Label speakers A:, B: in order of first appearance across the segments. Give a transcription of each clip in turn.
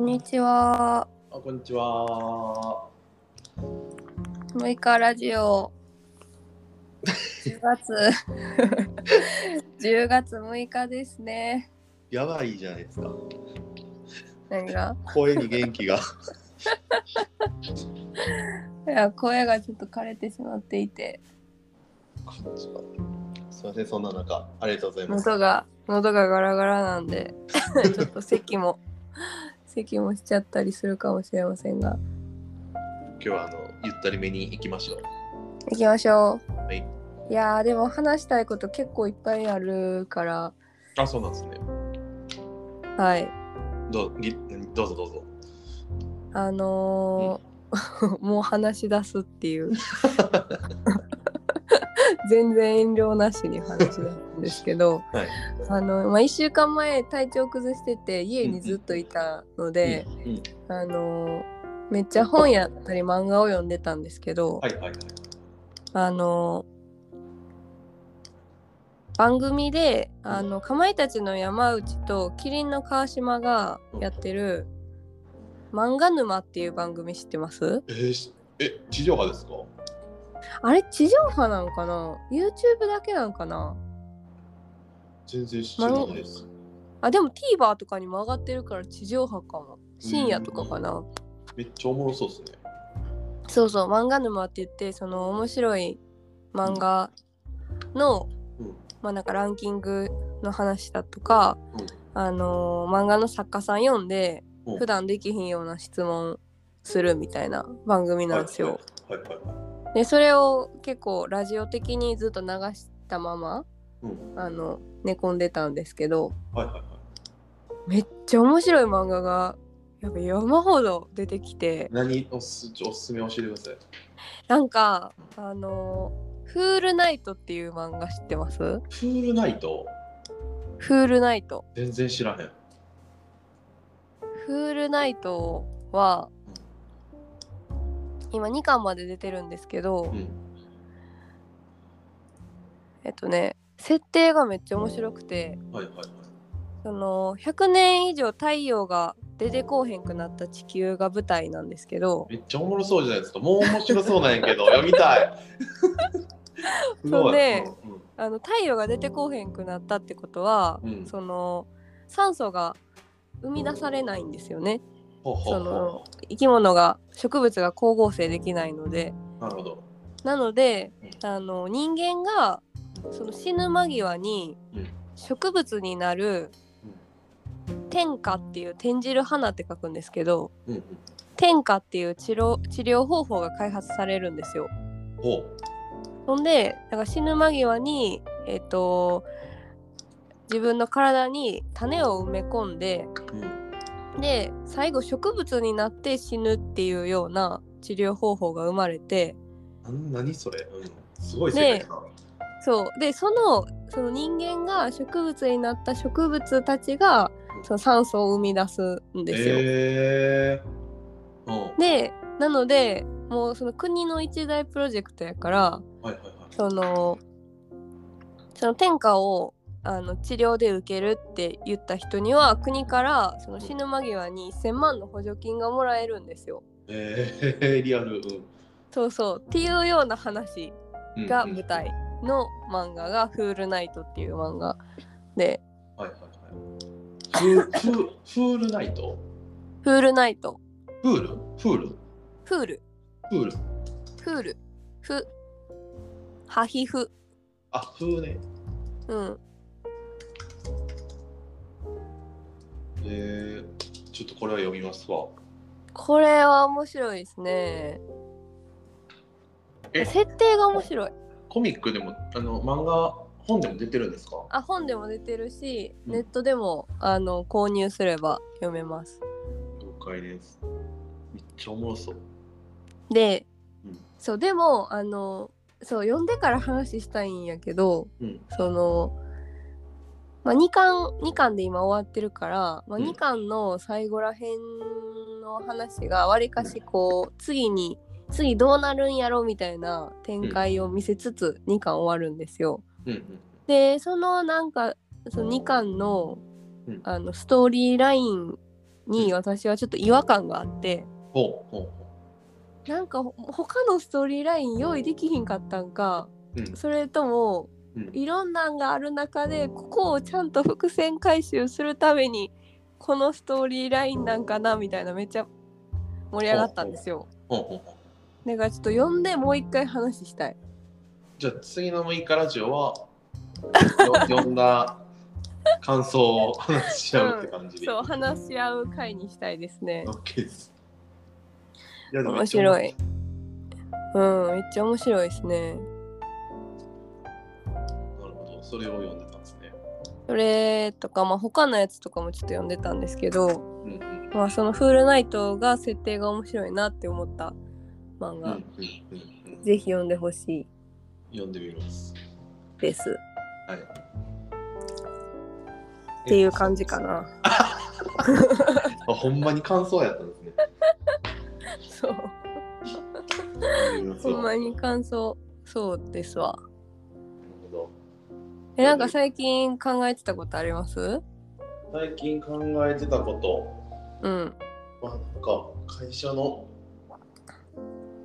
A: にちは。
B: あ、こんにちは。
A: 6日ラジオ。10月。10月6日ですね。
B: やばいじゃないですか。
A: 何が
B: 声に元気が。
A: いや、声がちょっと枯れてしまっていて、
B: こんにちはすみません、そんな中、ありがとうございます。
A: 喉が、喉がガラガラなんで、 ちょっと咳も、咳もしちゃったりするかもしれませんが。
B: 今日はあの、ゆったりめに行きましょう。
A: 行きましょう。
B: はい
A: やー、でも話したいこと結構いっぱいあるから、
B: あ、そうなんですね。
A: はい。
B: どう、ぎどうぞどうぞ。
A: あのーもう話し出すっていう 全然遠慮なしに話し出すんですけど、
B: はい
A: あのまあ、1週間前体調崩してて家にずっといたので、
B: うん、うん
A: あのーめっちゃ本やったり漫画を読んでたんですけど、
B: はいはいはい。
A: あのー番組で「あのかまいたちの山内」と「麒麟の川島」がやってる「漫画沼」っていう番組知ってます
B: えーしえ、地上波ですか。
A: あれ地上波なのかな ?YouTube だけなのかな
B: 全然知らないです。
A: あでも TVer とかにも上がってるから地上波かも深夜とかかな
B: めっちゃおもろそうですね。
A: そうそう漫画沼って言ってその面白い漫画の、
B: うん
A: まあなんかランキングの話だとか、
B: うん
A: あのー漫画の作家さん読んで
B: うん
A: 普段できひんような質問するみたいな番組なんですよ。
B: はいはいはいは
A: でそれを結構ラジオ的にずっと流したまま、
B: うん
A: あの寝込んでたんですけど
B: い。はいはいは
A: めっちゃ面白い漫画がやっぱ山ほど出てきて
B: い。何おす、ちょおすすめ教えてください。
A: なんかあのフールナイトっていう漫画知ってます
B: プールナイト。
A: フールナイト
B: 全然知らへん。
A: フールナイトは今2巻まで出てるんですけど、
B: うん。
A: えっとね設定がめっちゃ面白くて
B: はいはいはい。
A: その100年以上太陽が出てこうへんくなった地球が舞台なんですけど
B: めっちゃおもろそうじゃないですか。もう面白そうなんやけ ど、読みたい。す
A: そ
B: ご
A: う
B: い。
A: ね
B: うんうん
A: あの太陽が出てこうへんくなったってことは、
B: うん
A: その酸素が生み出されないんですよね
B: ほうほ
A: そう
B: ほ
A: の生き物が植物が光合成できないので
B: う。なるほど。
A: なのであの人間がその死ぬ間際に
B: うん
A: 植物になる天花っていう転じる花って書くんですけど
B: うんうん。
A: 天花っていう治療治療方法が開発されるんですよ。
B: ほう。
A: ほんでなんか死ぬ間際に、えっと自分の体に種を埋め込んで
B: うん。
A: で最後植物になって死ぬっていうような治療方法が生まれて
B: なん、何それ。うん。すごい世界だな。
A: そうでそのその人間が植物になった植物たちが
B: うん
A: その酸素を生み出すんですよ。
B: ええー。うん。
A: でなのでもうその国の一大プロジェクトやから
B: はいはいはい。
A: そのその天下をあの治療で受けるって言った人には国からその死ぬ間際に1,000万の補助金がもらえるんですよ。
B: ええー、 リアル。うん
A: そうそうっていうような話
B: うん。
A: が
B: うん
A: 舞。台の漫画が「フールナイト」っていう漫画で
B: はいはいはい。フー、フー、フールナイト。
A: 「フールナイト」
B: フール。フール。
A: 「フール」
B: フール。
A: 「フール」「フ」「ハヒフ
B: あ、フーね。」
A: うん
B: ええー。ちょっとこれは読みますわ。
A: これは面白いですね
B: え
A: 設定が面白い
B: コミックでも、あの、漫画、本でも出てるんですか。
A: あ本でも出てるし、
B: うん
A: ネットでもあの購入すれば読めます
B: 了解です。めっちゃおもろそう。
A: で、
B: うん
A: そうでもあのそう読んでから話したいんやけど
B: うん。
A: その、まあ、2巻二巻で今終わってるから、まあ、
B: うん
A: 2巻の最後らへんの話がわりかしこう次に次どうなるんやろみたいな展開を見せつつ2巻終わるんですよ。
B: うんうん。
A: でそのなんかその2巻の,、
B: うん
A: あのストーリーラインに私はちょっと違和感があって
B: ほうほうほ
A: なんかほ他のストーリーライン用意できひんかったんか、
B: うん
A: それとも
B: う。うん、
A: いろんなんがある中でここをちゃんと伏線回収するためにこのストーリーラインなんかなみたいなめっちゃ盛り上がったんですよ。
B: ほうほうほう。
A: だからちょっと呼んでもう一回話したい。
B: じゃあ次の6日ラジオ はよ呼んだ感想を話し合うって感じで。
A: そう話し合う会にしたいですね
B: オ。ッケーです。いやでも
A: 面白い。うんめっちゃ面白いですね。
B: なるほど、それを読んでたんですね。
A: それとか、まあ、他のやつとかもちょっと読んでたんですけど、
B: うんうん
A: まあ、その「フールナイト」が設定が面白いなって思った漫
B: うんうん
A: 画、
B: うんうん
A: ぜひ読んでほしい
B: 読んでみます。
A: です。
B: はい。
A: っていう感じかな。
B: あ、ほんまに感想やったんですね。
A: そう。
B: そ
A: ほんまに感想、そうですわ。
B: う
A: え、なんか最近考えてたことあります
B: 最近考えてたこと、
A: うん。
B: まあ、なんか会社の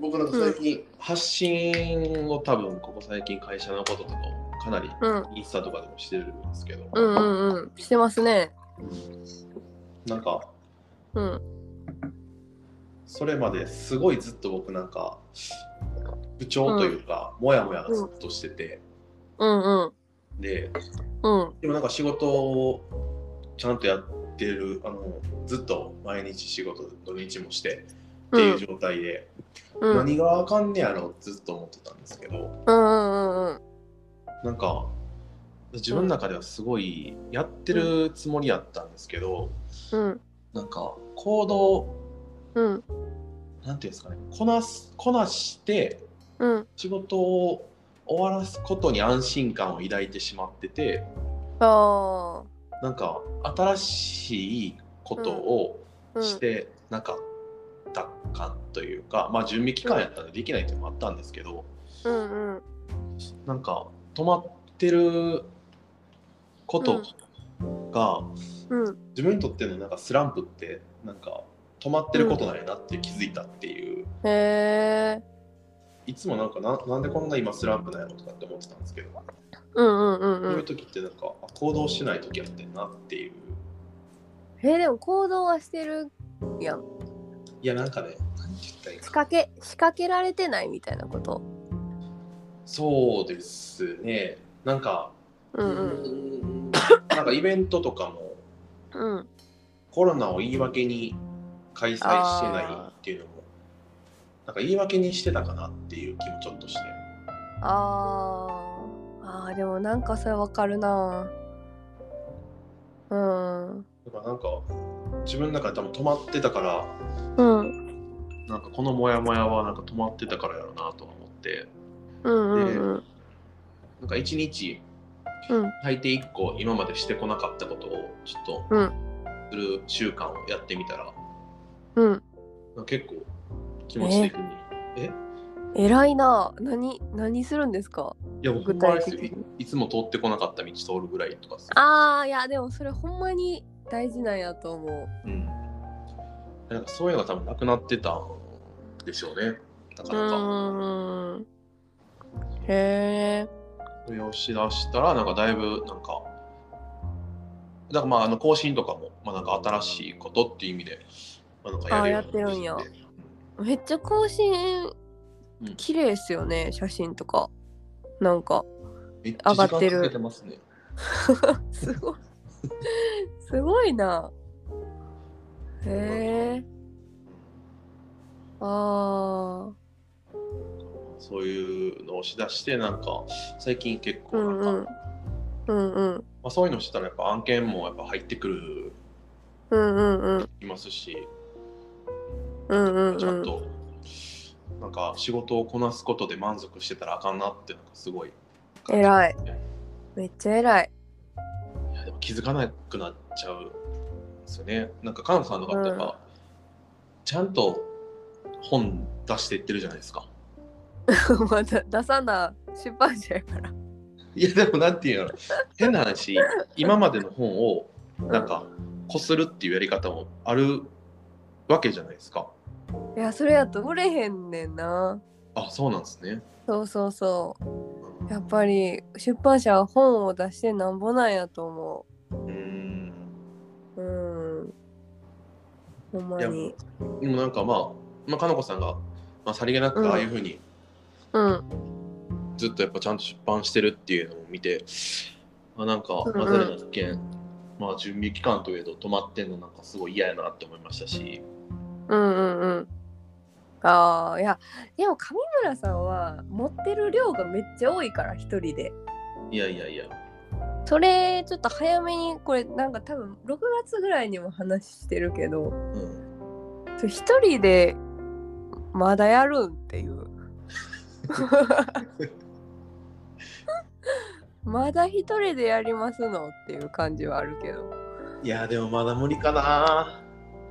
B: 僕なんか最近発信を多分ここ最近会社のこととかをかなり
A: うん。
B: インスタとかでもしてるんですけど、
A: うんうんうん。してますね。
B: なんか
A: うん。
B: それまですごいずっと僕なんか不調というか、モヤもやもやずっとしてて、
A: うんうん。
B: で
A: うん。
B: でもなんか仕事をちゃんとやってるあのずっと毎日仕事土日もしてって
A: う。
B: いうん状態で、
A: うん。うん
B: 何があかんねやろってずっと思ってたんですけど
A: うんうん。
B: なんか自分の中ではすごいやってるつもりやったんですけど、
A: うん。
B: なんか行動
A: うん。
B: なんていうんですかねこなすこなして
A: うん。
B: 仕事を終わらすことに安心感を抱いてしまってて
A: あ
B: なんか新しいことを
A: あ。うん。
B: してなかった感というか、まあ準備期間やったんでできないっていうのもあったんですけど
A: うんうん。
B: なんか止まってることが、
A: うん。
B: 自分にとってのなんかスランプってなんか止まってることなんやなって気づいたっていう、
A: へえ。
B: いつもなんかななんでこんな今スランプなんやろとかって思ってたんですけど、
A: うんうんうん
B: こう
A: う。
B: いうん時ってなんかあ行動しない時やってんなっていう
A: えでも行動はしてるやん。
B: いやなんかね何て言ったらいい
A: 仕
B: か
A: 掛け、仕掛けられてないみたいなこと。
B: そうですねなんか
A: うんうん。
B: んなんかイベントとかも
A: うん。
B: コロナを言い訳に開催してないっていうのもなんか言い訳にしてたかなっていう気もちょっとして
A: あーあーでもなんかそれわかるなうん
B: だからなんか自分の中で多分止まってたから
A: うん
B: なんかこのモヤモヤはなんか止まってたからやろうなとは思って
A: うんうんうん
B: なんか一日
A: うん
B: 大抵1個今までしてこなかったことをちょっと
A: うん
B: する習慣をやってみたら、
A: うん
B: なんか結構気持ち的にえ
A: 偉いな何何するんですか
B: いや
A: 具
B: 僕もあ
A: 体
B: れで
A: 的
B: すよ
A: に
B: いいつも通ってこなかった道通るぐらいとかっす
A: ああいやでもそれほんまに大事なんやと思
B: うん、なんかそういうのが多分なくなってたんでしょうねな
A: うう
B: かなか
A: ーんへえ
B: それをしだしたらなんかだいぶなんかだからまああの更新とかも、まあ、なんか新しいことっていう意味で、まあ、なんかやるようにな
A: あやっ
B: って
A: て
B: きて
A: めっちゃ更新
B: うん
A: 綺麗っすよね写真とかなんか
B: めっちゃ時
A: 上
B: 間
A: がってる
B: かけてますね
A: すご いすごいなへえあ
B: そういうのをしだしてなんか最近結
A: あ、う
B: 構なん
A: ん
B: か、
A: うん。うんうん。
B: まあ、そういうのしてたらやっぱ案件もやっぱ入ってくる
A: うんうんうん。
B: いますし
A: うんうん
B: ちゃん
A: うん。
B: と、なんか仕事をこなすことで満足してたらあかんなってなんかすごい
A: 偉い
B: い
A: めっちゃ偉い。
B: やでも気づかなくなっちゃうんですよねなんかカンさんとかってやっぱ、
A: うん
B: ちゃんと本出していってるじゃないですか
A: まだ出さな出版社やから。
B: いやでもなんていうの変な話今までの本をなんかこするっていうやり方もあるわけじゃないですか。
A: いやそれやと売れへんねんな
B: あそうなんですね。
A: そうそうそうやっぱり出版社は本を出してなんぼなんやと思
B: うーん
A: ううんほんま
B: い
A: に
B: でもなんかまあ、まあ、かのこさんが、まあ、さりげなくああいうふうに
A: うん
B: ずっとやっぱちゃんと出版してるっていうのを見て、まあ、なんか、
A: うん
B: ま
A: う
B: あ、
A: ん
B: 誰の一見、まあ、準備期間といえど止まってんのなんかすごい嫌やなって思いましたし、
A: うんうんうんああいやでも上村さんは持ってる量がめっちゃ多いから一人で
B: いやいやいや、
A: それちょっと早めにこれなんか多分6月ぐらいにも話してるけど
B: うん、
A: そう一人でまだやるんっていうまだ一人でやりますのっていう感じはあるけど
B: いや、でもまだ無理かな。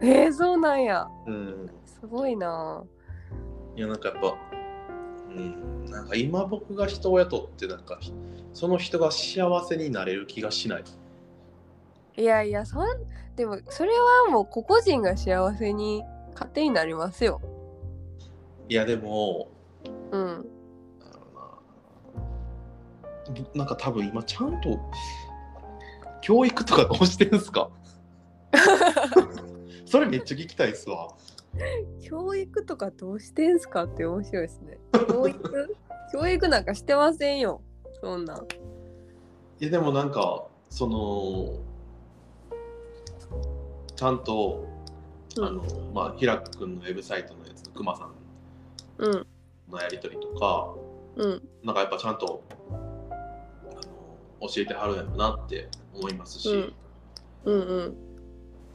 A: えー、そうなんや
B: うん、
A: すごいない
B: や、なんかやっぱ、うん、なんか今僕が人を雇って、なんか、その人が幸せになれる気がしない。
A: いやいやそんでもそれはもう個々人が幸せに勝手になりますよ
B: いや、でも、
A: うん
B: なんだろうななんか多分今ちゃんと教育とかどうしてるん すかそれめっちゃ聞きたいっすわ。
A: 教育とかどうしてんすかって面白いですね教育教育なんかしてませんよそんなん
B: いやでもなんかそのちゃんとあの、まあ、平くんのウェブサイトのやつくまさん
A: うん
B: のやり取りとか
A: うん
B: なんかやっぱちゃんとあの教えてはるんやろなって思いますし、
A: うんうんうん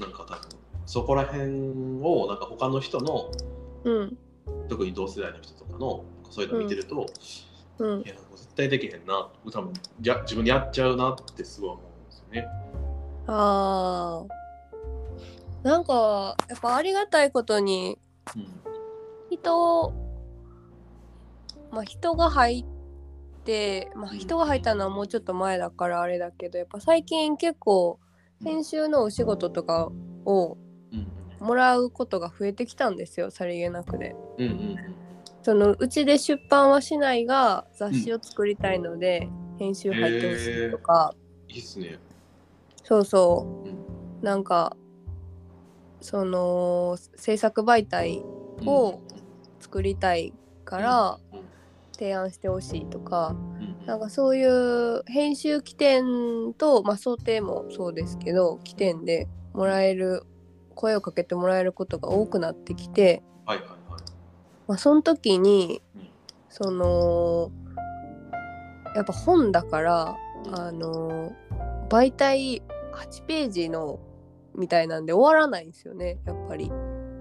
B: なんか多分そこら辺をなんか他の人の
A: うん
B: 特に同世代の人とかのそういうの見てると、
A: うん
B: いやなんか絶対できへんな多分や自分でやっちゃうなってすごい思うんですよね。
A: あーなんかやっぱありがたいことに
B: うん
A: 人をまあ人が入ってまあ
B: うん
A: 人が入ったのはもうちょっと前だからあれだけどやっぱ最近結構編集のお仕事とかを
B: うん
A: もらうことが増えてきたんですよさりげなくで。
B: うんうん
A: そのうちで出版はしないが雑誌を作りたいので編集入ってほしいとか、
B: いいっすね。
A: そうそう
B: うん
A: なんかその制作媒体を作りたいから
B: う
A: 提案してほしいとか、
B: んうん
A: なんかそういう編集起点と、まあ、想定もそうですけど起点でもらえる声をかけてもらえることが多くなってきて、
B: はいはいはい。
A: まあ、その時に
B: うん
A: そのやっぱ本だからあの媒体8ページのみたいなんで終わらないんですよねやっぱり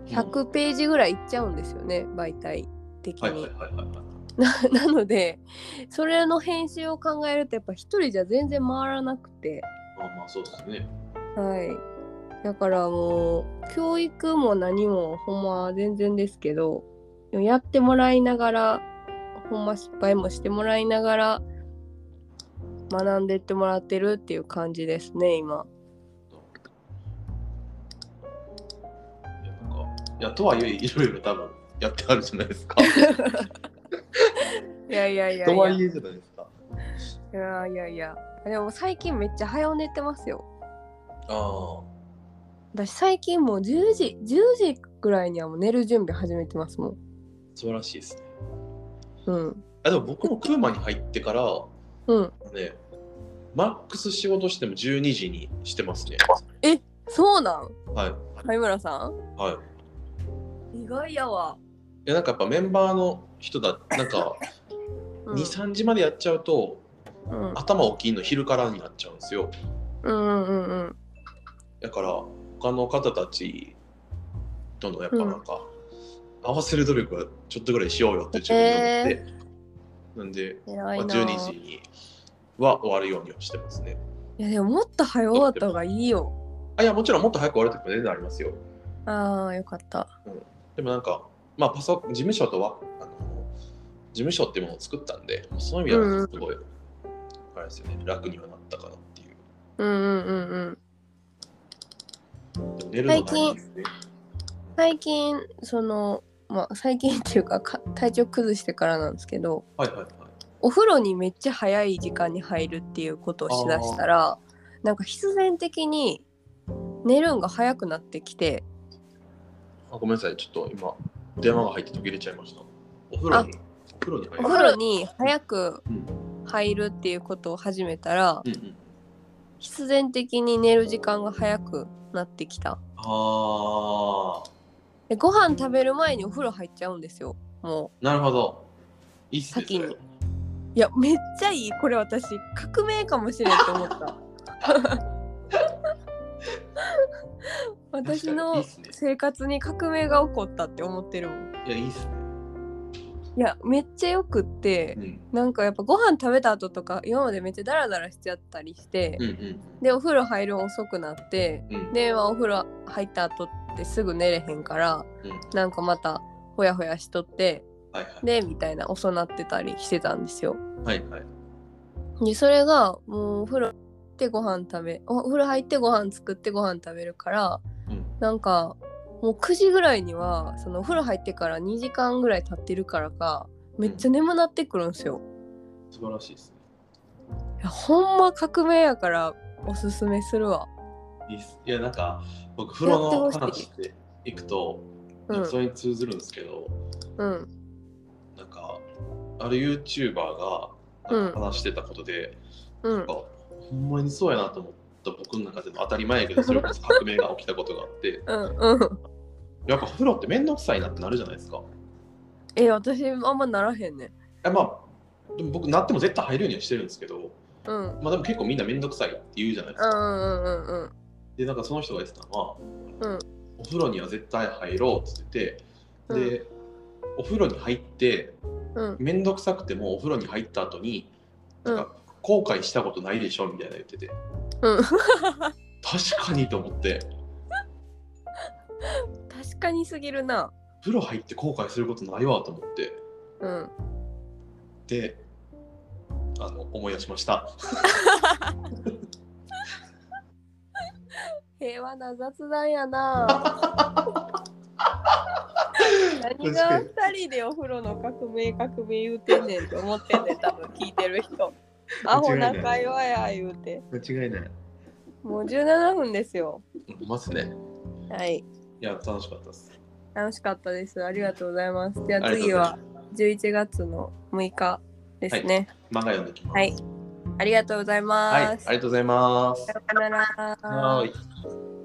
A: 100ページぐらいいっちゃうんですよね媒体的に、
B: はいはいはいはいは い。
A: なのでそれの編集を考えるとやっぱ一人じゃ全然回らなくて
B: まあまあそうですね。
A: はいだからもう教育も何もほんま全然ですけどでもやってもらいながらほんま失敗もしてもらいながら学んでってもらってるっていう感じですね今
B: いやなんかいやとはいえいろいろ多分やってあるじゃないで すか。
A: いやいやいや
B: とはいいえじゃないですか。
A: やいやいやでも最近めっちゃ早寝てますよ
B: あ
A: 私最近もう10時10時ぐらいにはもう寝る準備始めてますもん
B: あ素晴らしいですね。
A: うん
B: あでも僕もクーマに入ってから
A: うん
B: ねマックス仕事しても12時にしてますね。
A: そうなん
B: はい
A: 貝村さん
B: はい。
A: 意外やわ、
B: いやなんかやっぱメンバーの 人だなんか
A: うん、
B: 23時までやっちゃうと
A: うん
B: 頭大きいの昼からになっちゃうんですよ
A: うんうんうん
B: だから他の方たちとのやっぱなんか、合わせる努力はちょっとぐらいしようよって自分で思って、なんで、ま
A: 偉
B: あ、
A: いな
B: 12時には終わるようにはしてますね
A: いやでももっと早終わった方がいいよ
B: あいやもちろんもっと早く終わるときも全然ありますよ
A: あーよかった
B: でもなんかまあパソ事務所とはあの事務所っていうものを作ったんでもうそういう意味ではすごい、あれですよね楽にはなったかなっていう
A: うんうんうんうん
B: 寝るの大事ですね。
A: 最近そのまあ最近っていうかか体調崩してからなんですけど
B: はいはいはい。
A: お風呂にめっちゃ早い時間に入るっていうことをしだしたらなんか必然的に寝るんが早くなってきて
B: あごめんなさい、ちょっと今、電話が入って途切れちゃいました。お風呂に、お風呂に入
A: お
B: る。
A: 風呂に早く
B: うん
A: 入るっていうことを始めたら
B: うんうん。
A: 必然的に寝る時間が早くなってきた
B: あ
A: でご飯食べる前にお風呂入っちゃうんですよも
B: ー、なるほど。いいっすね。
A: 先に
B: それ
A: ういやめっちゃいいこれ私革命かもしれんって思った 私
B: 確かにい
A: の
B: いっすね
A: 生活に革命が起こったって思ってるもん
B: いや、いいっすね。
A: いやめっちゃよくって
B: うん。
A: なんかやっぱご飯食べた後とか今までめっちゃダラダラしちゃったりして
B: うんうん
A: でお風呂入るの遅くなって
B: うん。うん、
A: で、まあ、お風呂入った後ってすぐ寝れへんから
B: うん。
A: なんかまたほやほやしとって
B: はいはい。
A: でみたいな遅なってたりしてたんですよ。
B: はいはい。
A: でそれがもうお風呂入ってご飯食べおお風呂入ってご飯作ってご飯食べるから
B: うん。
A: なんかもう9時ぐらいにはそのお風呂入ってから2時間ぐらい経ってるからかめっちゃ眠なってくるんですよ。
B: 素晴らしいです
A: いやほんま革命やからおすすめするわ。
B: ね。いいっすいや、なんか、僕、風呂の話で行くと、
A: う
B: そ
A: ん、
B: れに通ずるんですけど、
A: うん、
B: なんか、ある YouTuber がなんか話してたことで、
A: う
B: なん
A: ん
B: か、ほんまにそうやなと思った僕の中での当たり前や けど、それこそ革命が起きたことがあって、
A: うんうん。
B: やっぱお風呂って面倒くさいなってなるじゃないですか。
A: え私あんまならへんね。
B: えまあ、でも僕なっても絶対入るようにはしてるんですけど、
A: うん
B: まあでも結構みんな面倒くさいって言うじゃないです
A: う
B: か。
A: んうんうん
B: で、なんかその人が言ってたのは、
A: うん
B: お風呂には絶対入ろうって言って
A: う
B: て、
A: ん
B: で、お風呂に入って、
A: うんうん
B: 面倒くさくてもお風呂に入った後に、なんか後悔したことないでしょみたいな言ってて、
A: うん
B: 確かにと思って、
A: 確かにすぎるな
B: 風呂入って後悔することないわと思って、
A: うん
B: で、あの思い出しました。
A: 平和な雑談やな何が二人でお風呂の革命革命言うてんねんって思ってんねん多分聞いてる人アホな会話や言うて
B: 間違いない。
A: もう17分ですよ
B: ますね。
A: はい
B: いや、楽しかったです。
A: 楽しかったですありがとうございますじ
B: あ
A: ゃあ
B: りがとう
A: 次
B: ござい
A: は
B: ます
A: 11月の6日ですね
B: 漫画読んできます。
A: はい、ありがとうござい
B: はい
A: ま
B: あり
A: す、
B: がとうございます。
A: さようなら
B: はーい。